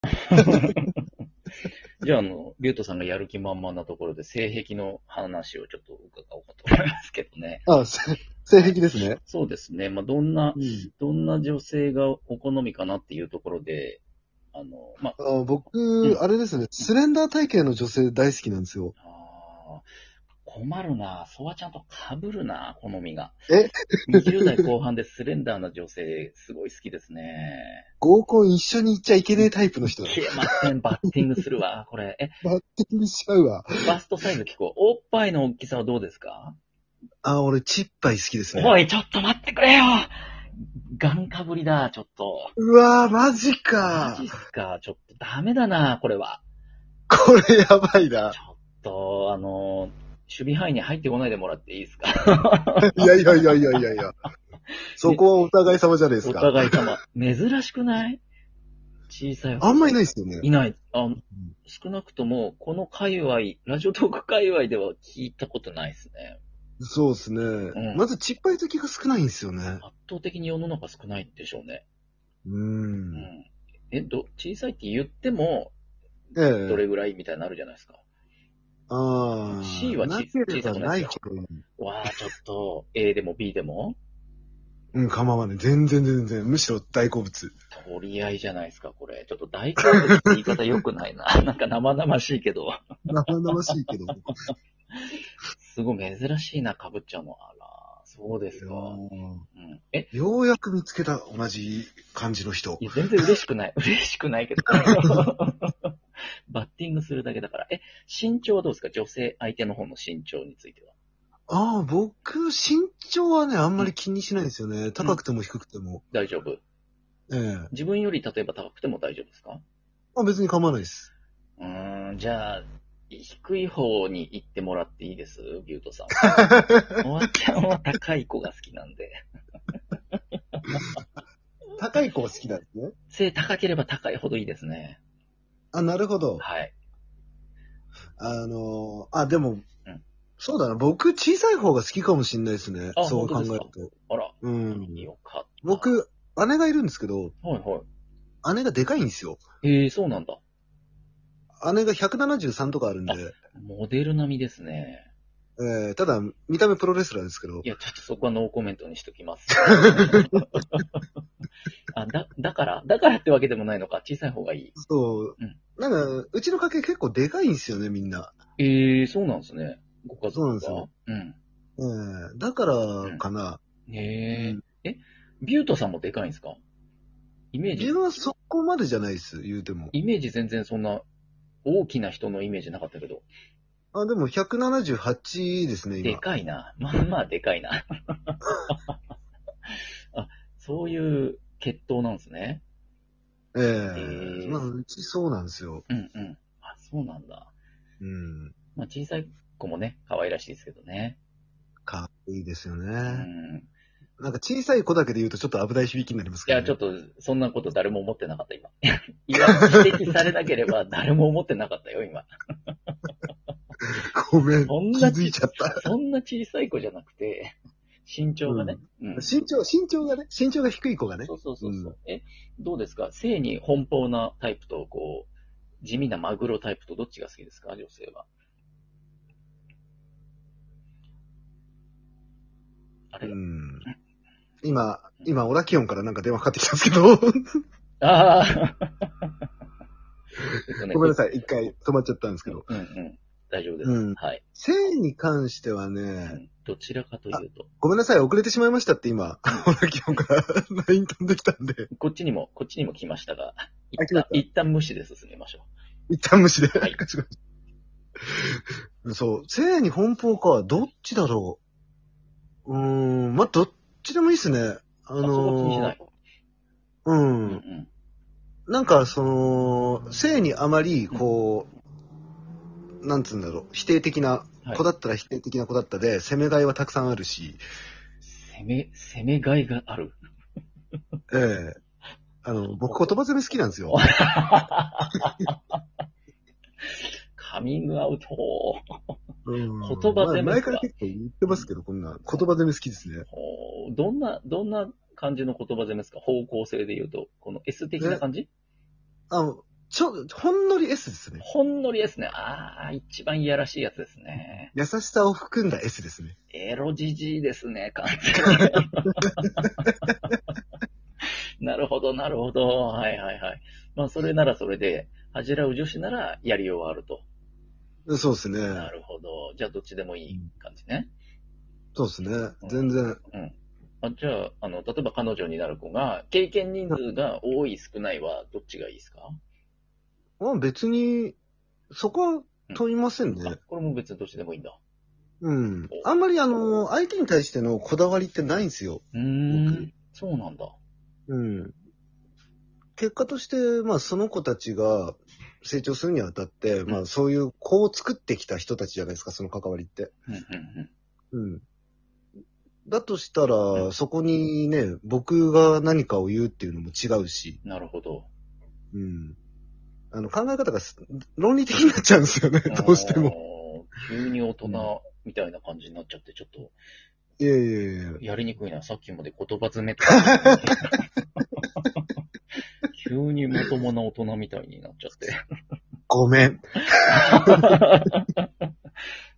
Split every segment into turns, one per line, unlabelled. じゃあ、あの、リュウトさんがやる気満々なところで、性癖の話をちょっと伺おうかと思いますけど ね。
あ、せ性癖ですね。
そうですね。まあ、どんな、どんな女性がお好みかなっていうところで、あの、まあ、
あ僕、
ん
あれですね、スレンダー体型の女性大好きなんですよ。
あー困るなソワちゃんと被るな好みが。
え
?20 代後半でスレンダーな女性、すごい好きですね。
合コン一緒に行っちゃいけねえタイプの人だ。
消えません、バッティングするわ、これ。え、
バッティングしちゃうわ。
バストサイズ聞こう。おっぱいの大きさはどうですか
あ、俺、チッパイ好きですね。
おい、ちょっと待ってくれよガンかぶりだ、ちょっと。
うわー、マジ
マ
か
ジっ。すか、ちょっとダメだな、これは。
これやばいな
ち。ょっと、あの、守備範囲に入ってこないでもらっていいですか
いやいやいやいやいやいや。そこはお互い様じゃないです
お
か。
互い様。珍しくない小さい。
あんまいないですよね。
いない。あの少なくとも、この界隈、ラジオトーク界隈では聞いたことないですね。
そうですね。
ん
まず、チッパイ好きが少ないんですよね。
圧倒的に世の中少ないんでしょうね。
う。
うんん。え、ど、小さいって言っても、
ええ。
どれぐらいみたいになるじゃないですか。
ああ。
C は
な
ち
ければないほどいい。
わあ、ちょっと、A でも B でも、
うん、構わない。全然全然。むしろ大好物。
取り合いじゃないですか、これ。ちょっと大好物って言い方良くない な。なんか生々しいけど。
生々しいけど。い
すごい珍しいな、被っちゃうの。あら、そうです
や
か。う
ー
ん。え、
ようやく見つけた、同じ感じの人
い。や、全然嬉しくない。 嬉しくないけど。バッティングするだけだから。え、身長はどうですか女性、相手の方の身長については。
ああ、僕、身長はね、あんまり気にしないんですよね。高くても低くても。
大丈夫
ええ
自分より例えば高くても大丈夫ですか
まあ別に構わないです。
うーん、じゃあ、低い方に行ってもらっていいですビュートさん。 おわちゃんは高い子が好きなんで。
高い子は好きなんですね。
背高ければ高いほどいいですね。
あ、なるほど。
はい。
あのーあ、でも、
うん
そうだな。僕、小さい方が好きかもしれないですね
あ。
そう考える
本
と。
あら、
うん。
よかった。、
僕、姉がいるんですけど、
はいは
姉がでかいんですよ。
い。えー、そうなんだ。
姉が173とかあ るんで、
モデル並みですね。
えーただ、見た目プロレスラーですけど
い、や、ちょっとそこはノーコメントにしとき ます。あ、だ、だからだからってわけでもないのか。小さい方がい
そう
うん、
なんか、うちの家系結構でかいんですよね、みんな。
い。えー、そうなんですね。ご家族
そうなん
が。
ですよ
うん。
えーだから、かな。
へえ、
うん
え、ビュートさんもでかいんですかイメージ
自、分はそこまでじゃないです、言うても。
イメージ全然そんな大きな人のイメージなかったけど、
あ、でも178ですね、
で
今。
かいな。まあまあでかいな。 あ、そういう血統なんですね。
え
え
え
ー
まあ、うちそうなんですよ。
うんうん。あ、そうなんだ。
うん。
まあ小さい子もね、可愛らしいですけどね。
かっこいいですよ
うん。
ね。なんか小さい子だけで言うとちょっと危ない響きになります
い
けど、
や、
ね。
ちょっと、そんなこと誰も思ってなかった、今。 今、指摘されなければ誰も思ってなかったよ、今。
ごめん。
そん
気
な
づいちゃっ た。
そんな小さい子じゃなくて、身長がね。うん
身長、身長がね、身長が低い子がね
そ。うそうそうそうう、え、どうですか性に奔放なタイプと、こう、地味なマグロタイプとどっちが好きですか女性は。あ
う
れ、
ん。今、今、オラキオンからなんか電話かかってきたんですけど、
あ あちょっとね
ごめんなさい、一回止まっちゃったんですけど。
うんうん。大丈夫です。
うん
はい、
性に関しては
う
ね、
んどちらかというと、
ごめんなさい、遅れてしまいましたって今、 オラキオンから LINE 飛んできたんで、
こっちにも、こっちにも来ましたが、一
来ま
旦
した
一旦無視で進めましょ
一旦無視で。
う。はい。
そう、性に奔放か、どっちだろう。うーん、まあ、どっちでもいいっすね。あ
あ、そこは気にしな
のー
い。
う。
うんん
なんか、その、性にあまり、こう、なんつうんだろう、否定的な
はい
子だったら否定的な子だったで、攻めがいはたくさんあるし、
うん。攻め、攻めがいがある。
ええあの、僕言葉攻め好きなんですよ。
カミングアウト。
うん
言葉攻め
まあ前から結構言ってますけど、こんな。言葉攻め好きですね。
ほうどんな、どんな感じの言葉攻めですか方向性で言うと、この S 的な感じ、
あの、ちょ、ほんのり S ですね。
ほんのりですね。ああ、一番いやらしいやつですね。
優しさを含んだ S で すね。
エロじじいですね、完全に。なるほど、なるほど。はいはいはい。まあ、それならそれで、恥じらう女子ならやりようはあると。
そうですね。
なるほど。じゃあ、どっちでもいい感じね。
そうですね。全然。
あじゃあ、あの、例えば彼女になる子が、経験人数が多い、少ないは、どっちがいいですか、
まあ別に、そこは問いませんね
あ。これも別にどっちでもいいんだ。
うん。あんまりあの、相手に対してのこだわりってないんですよ。
うーん
僕。
そうなんだ。
うん。結果として、まあその子たちが成長するにあたって、まあそういう子を作ってきた人たちじゃないですか、その関わりって。
うんうん
うん。だとした
う
ら、そこにね、僕が何かを言うっていうのも違うし、
うん。なるほど。
うん。あの、考え方がす論理的になっちゃうんですよね、 どうしても。
も。急に大人みたいな感じになっちゃって、ちょっと、
いやいやいやいや
やりにくいな。さっきまで言葉詰めって言 ってたのに急にまともな大人みたいになっちゃって。
ごめん。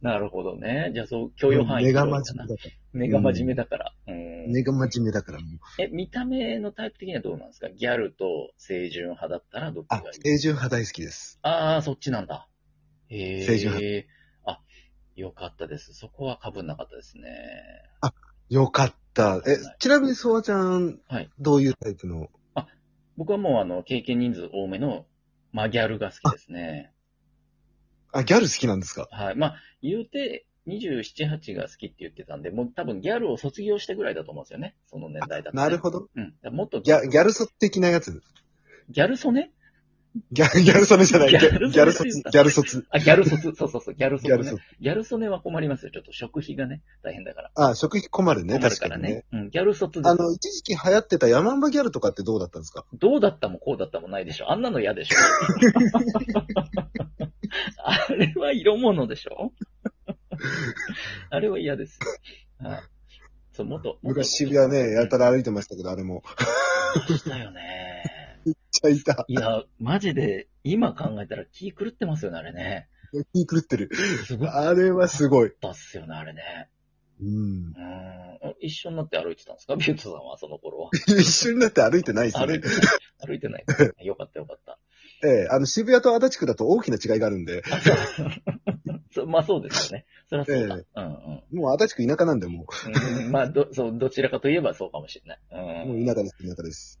なるほどね。じゃあ、そう、許容範囲
目が
広いか
真面
な
目だか
目が真面目だから。う
ら。
ん
目が真面目だから。もう
え、見た目のタイプ的にはどうなんですかギャルと清純派だったらどっちがい
あ
い、
永住派大好きです。
ああ、そっちなんだ。へえ。
清純派
あ、よかったです。そこは被んなかったですね。
よかった。え
はい、
ちなみに、ソワちゃん、
はい
どういうタイプの
僕はもうあの、経験人数多めの、まあギャルが好きですね。
あ、ギャル好きなんですか
はい。まあ、言うて、27、8が好きって言ってたんで、もう多分ギャルを卒業したぐらいだと思うんですよね。その年代だと、ね。
なるほど。
うん。だからもっと
ギャギャルソ的なやつ。
ギャルソネ
ギャギャルソネじゃない。ギ
ギャ
ャ
ル
ギャル
ソ
ソ
ネ
ツ。ギャルソツ。
あ、ギャル卒。そうそうそう、ギャル
ギャ
卒、
ル
ね
ソ。
ギャルソネは困りますよ。ちょっと食費がね、大変だから。
あ、食費困るね、
困る
確
か
からに
ね。
ね。
うん、ギャル卒で
あ
す。
の、一時期流行ってた山んばギャルとかってどうだったんですか
どうだったもこうだったもないでしょ。あんなの嫌でしょ。あれは色物でしょあれは嫌です。はい。そう、元、元
昔渋谷ね、やたら歩いてましたけど、あれも。
したよね。
ちゃいた。
いや、マジで、今考えたら気狂ってますよね、あれね。
気狂ってる。
すごかっ
あれはすごい。
たっすよね、あれね。
うん。
うん。一緒になって歩いてたんですかビュートさんは、その頃は。
一緒になって歩いてないです
歩い
ね
て。ない。歩いてない。よかったよかった。
ええ、あの、渋谷と足立区だと大きな違いがあるんで、
そまあそうですよね。そりゃそうだ。
え
うんうん
もう足立区田舎なんで、も
うん。まあど、 そう、どちらかといえばそうかもしれな
う、
い。
も
う。
うん田舎です、田舎です。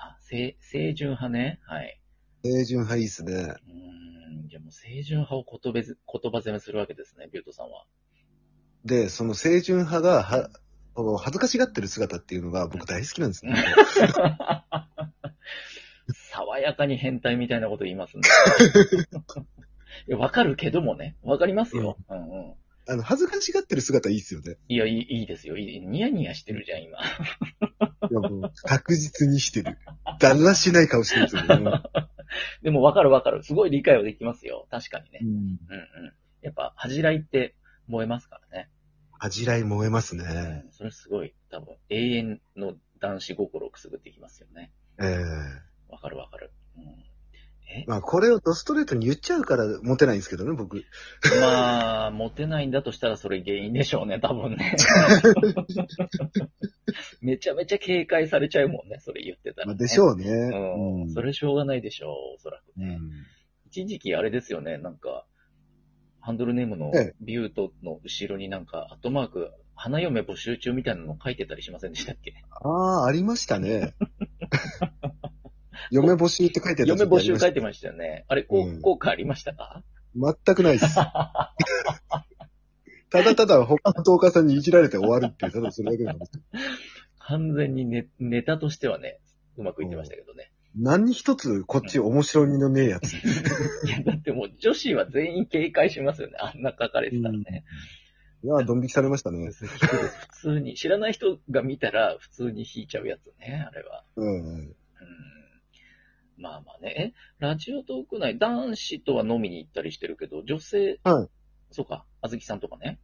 あ、清、清純派ね。はい。
清純派いいっすね。
うん。じゃあもう清純派を言葉ず言葉攻めするわけですね、ビュートさんは。
で、その清純派が、は、この恥ずかしがってる姿っていうのが僕大好きなんですね。
爽やかに変態みたいなこと言い ますね。いやわかるけどもね。わかりますよ。うんうん。
あの、恥ずかしがってる姿いいっすよね。
いや、いいいいですよ。いいニヤニヤしてるじゃん、今。
いやもう、確実にしてる。だらしない顔してるんですよ ね。
でもわかるわかる。すごい理解はできますよ。確かにね
う。ん。
うんうん。やっぱ、恥じらいって燃えますからね。
恥じらい燃えます
う
ね。
ん。それすごい、多分、永遠の男子心をくすぐってきますよね。
ええ
わかるわかる。うん、え
まあ、これをドストレートに言っちゃうからモテないんですけどね、僕。
まあ、モテないんだとしたらそれ原因でしょうね、多分 ね。めちゃめちゃ警戒されちゃうもんね、それ言ってたら、
ま
ね。
あ、でしょ
う。
うね。
うん。
うん
それしょうがないでしょう、おそらく
う
ね。
ん。
一時期あれですよね、なんか、ハンドルネームの
ええ
ビュートの後ろになんか、アットマーク、花嫁募集中みたいなの書いてたりしませんでしたっけ
ああ、ありましたね。 嫁募集って書いてた
嫁募集書い
て
てましたよね。あれ、こう
うん
効果ありましたか、
全くないです。 ただただ他のトーカーさんにいじられて終わるっていう、ただそれだけなんですよ
完全にネネタとしてはね、うまくいってましたけどね。
何一つこっち面白みのねえやつ。
いや、だってもう女子は全員警戒しますよね。あんな書かれてたらね。
いや、ドン引きされましたね。
普通に、知らない人が見たら普通に引いちゃうやつね、あれは。
うん。
うんまあまあね。え、ラジオトーク内、男子とは飲みに行ったりしてるけど、女性、
はい
そうか、あずきさんとかね。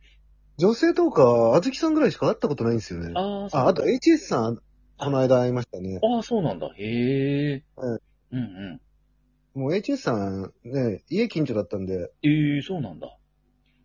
女性トーカー、あずきさんぐらいしか会ったことないんですよね。
ああ、そう
あ、あと HS さん、この間会いましたね。
ああ、そうなんだ。へえ。
う
う
ん
んうん。
もう HS さん、ね、家近所だったんで、
ええそうなんだ。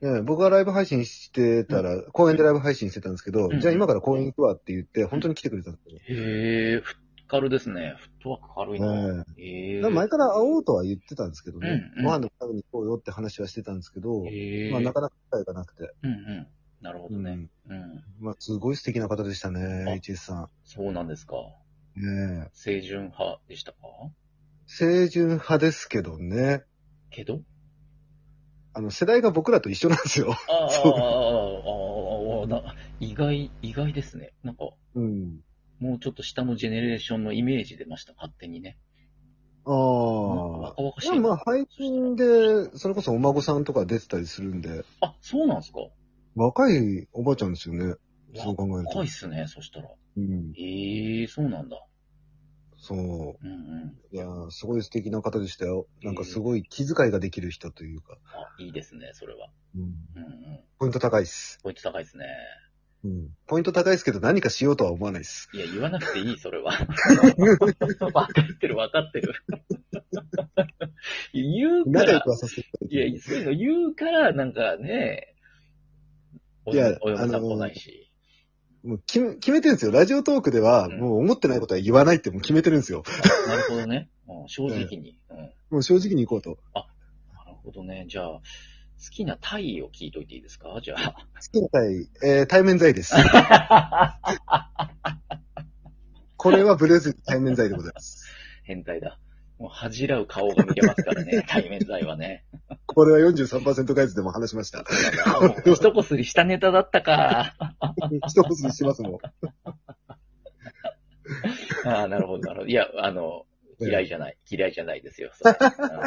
ね、僕がライブ配信してたら、公園でライブ配信してたんですけど、
うん
じゃあ今から公園行くわって言って、本当に来てくれたんですよ。
へえ、フッカルですね。フットワーク軽いな。
ね
ええ
だから前から会おうとは言ってたんですけどね、
うんうん
ご飯でも食べに行こうよって話はしてたんですけど、
ええ
まあなかなか機会がなくて、
うんうん。なるほど
う
ね。
ん
うん。
まあすごい素敵な方でした
あ
ね、HS さ
そうなんですか。
ん。ねえ
清純派でしたか
清純派ですけどね、
けど
あの世代が僕らと一緒なんですよ。
ああ、ああ、あ
そう
ああああ、な意外、意外ですね。なんか、
うん。
もうちょっと下のジェネレーションのイメージ出ました、勝手にね。
ああ。
若々し
で
い。
もまあ配信で、それこそお孫さんとか出てたりするんで、
あ、そうなんですか
若いおばあちゃんですよね。そう考えると
若いっ。すね、そしたら。
うん。
ええそうなんだ。
そ
うんうん。
う。いやーすごい素敵な方でしたよ。なんかすごい気遣いができる人というか。
あ、いいですね、それは。
うん、
うんうん。
ポイント高いっす、
ポイント高いですね。
うん。ポイント高いっすけど何かしようとは思わないっす。
いや、言わなくていい、そ れは。 分かってる、分かってる。 言うか
仲良
ら
く、はさせてい
いや、そういうの言うから、なんかね、お
いや
お嫁さん来ないし。
もう決め決めてるんですよ。ラジオトークでは、
うん
もう思ってないことは言わないってもう決めてるんですよ。
なるほどね。うん、正直に、うん。な
もう正直に行こうと。
るほどね。じゃあ、好きなタイを聞いといていいですかじゃあ。
好きな対、えー、対面 罪です。これはブルース対面罪でございます。
変態だ。もう恥じらう顔が見れますから ね、対面罪はね。
これは43%回数でも話し ました。
あもう一こすりしたネタだったか。
一つにしますもん。
ああ、なるほど、なるほど。いや、あの、嫌いじゃない。嫌いじゃないですよ。それうん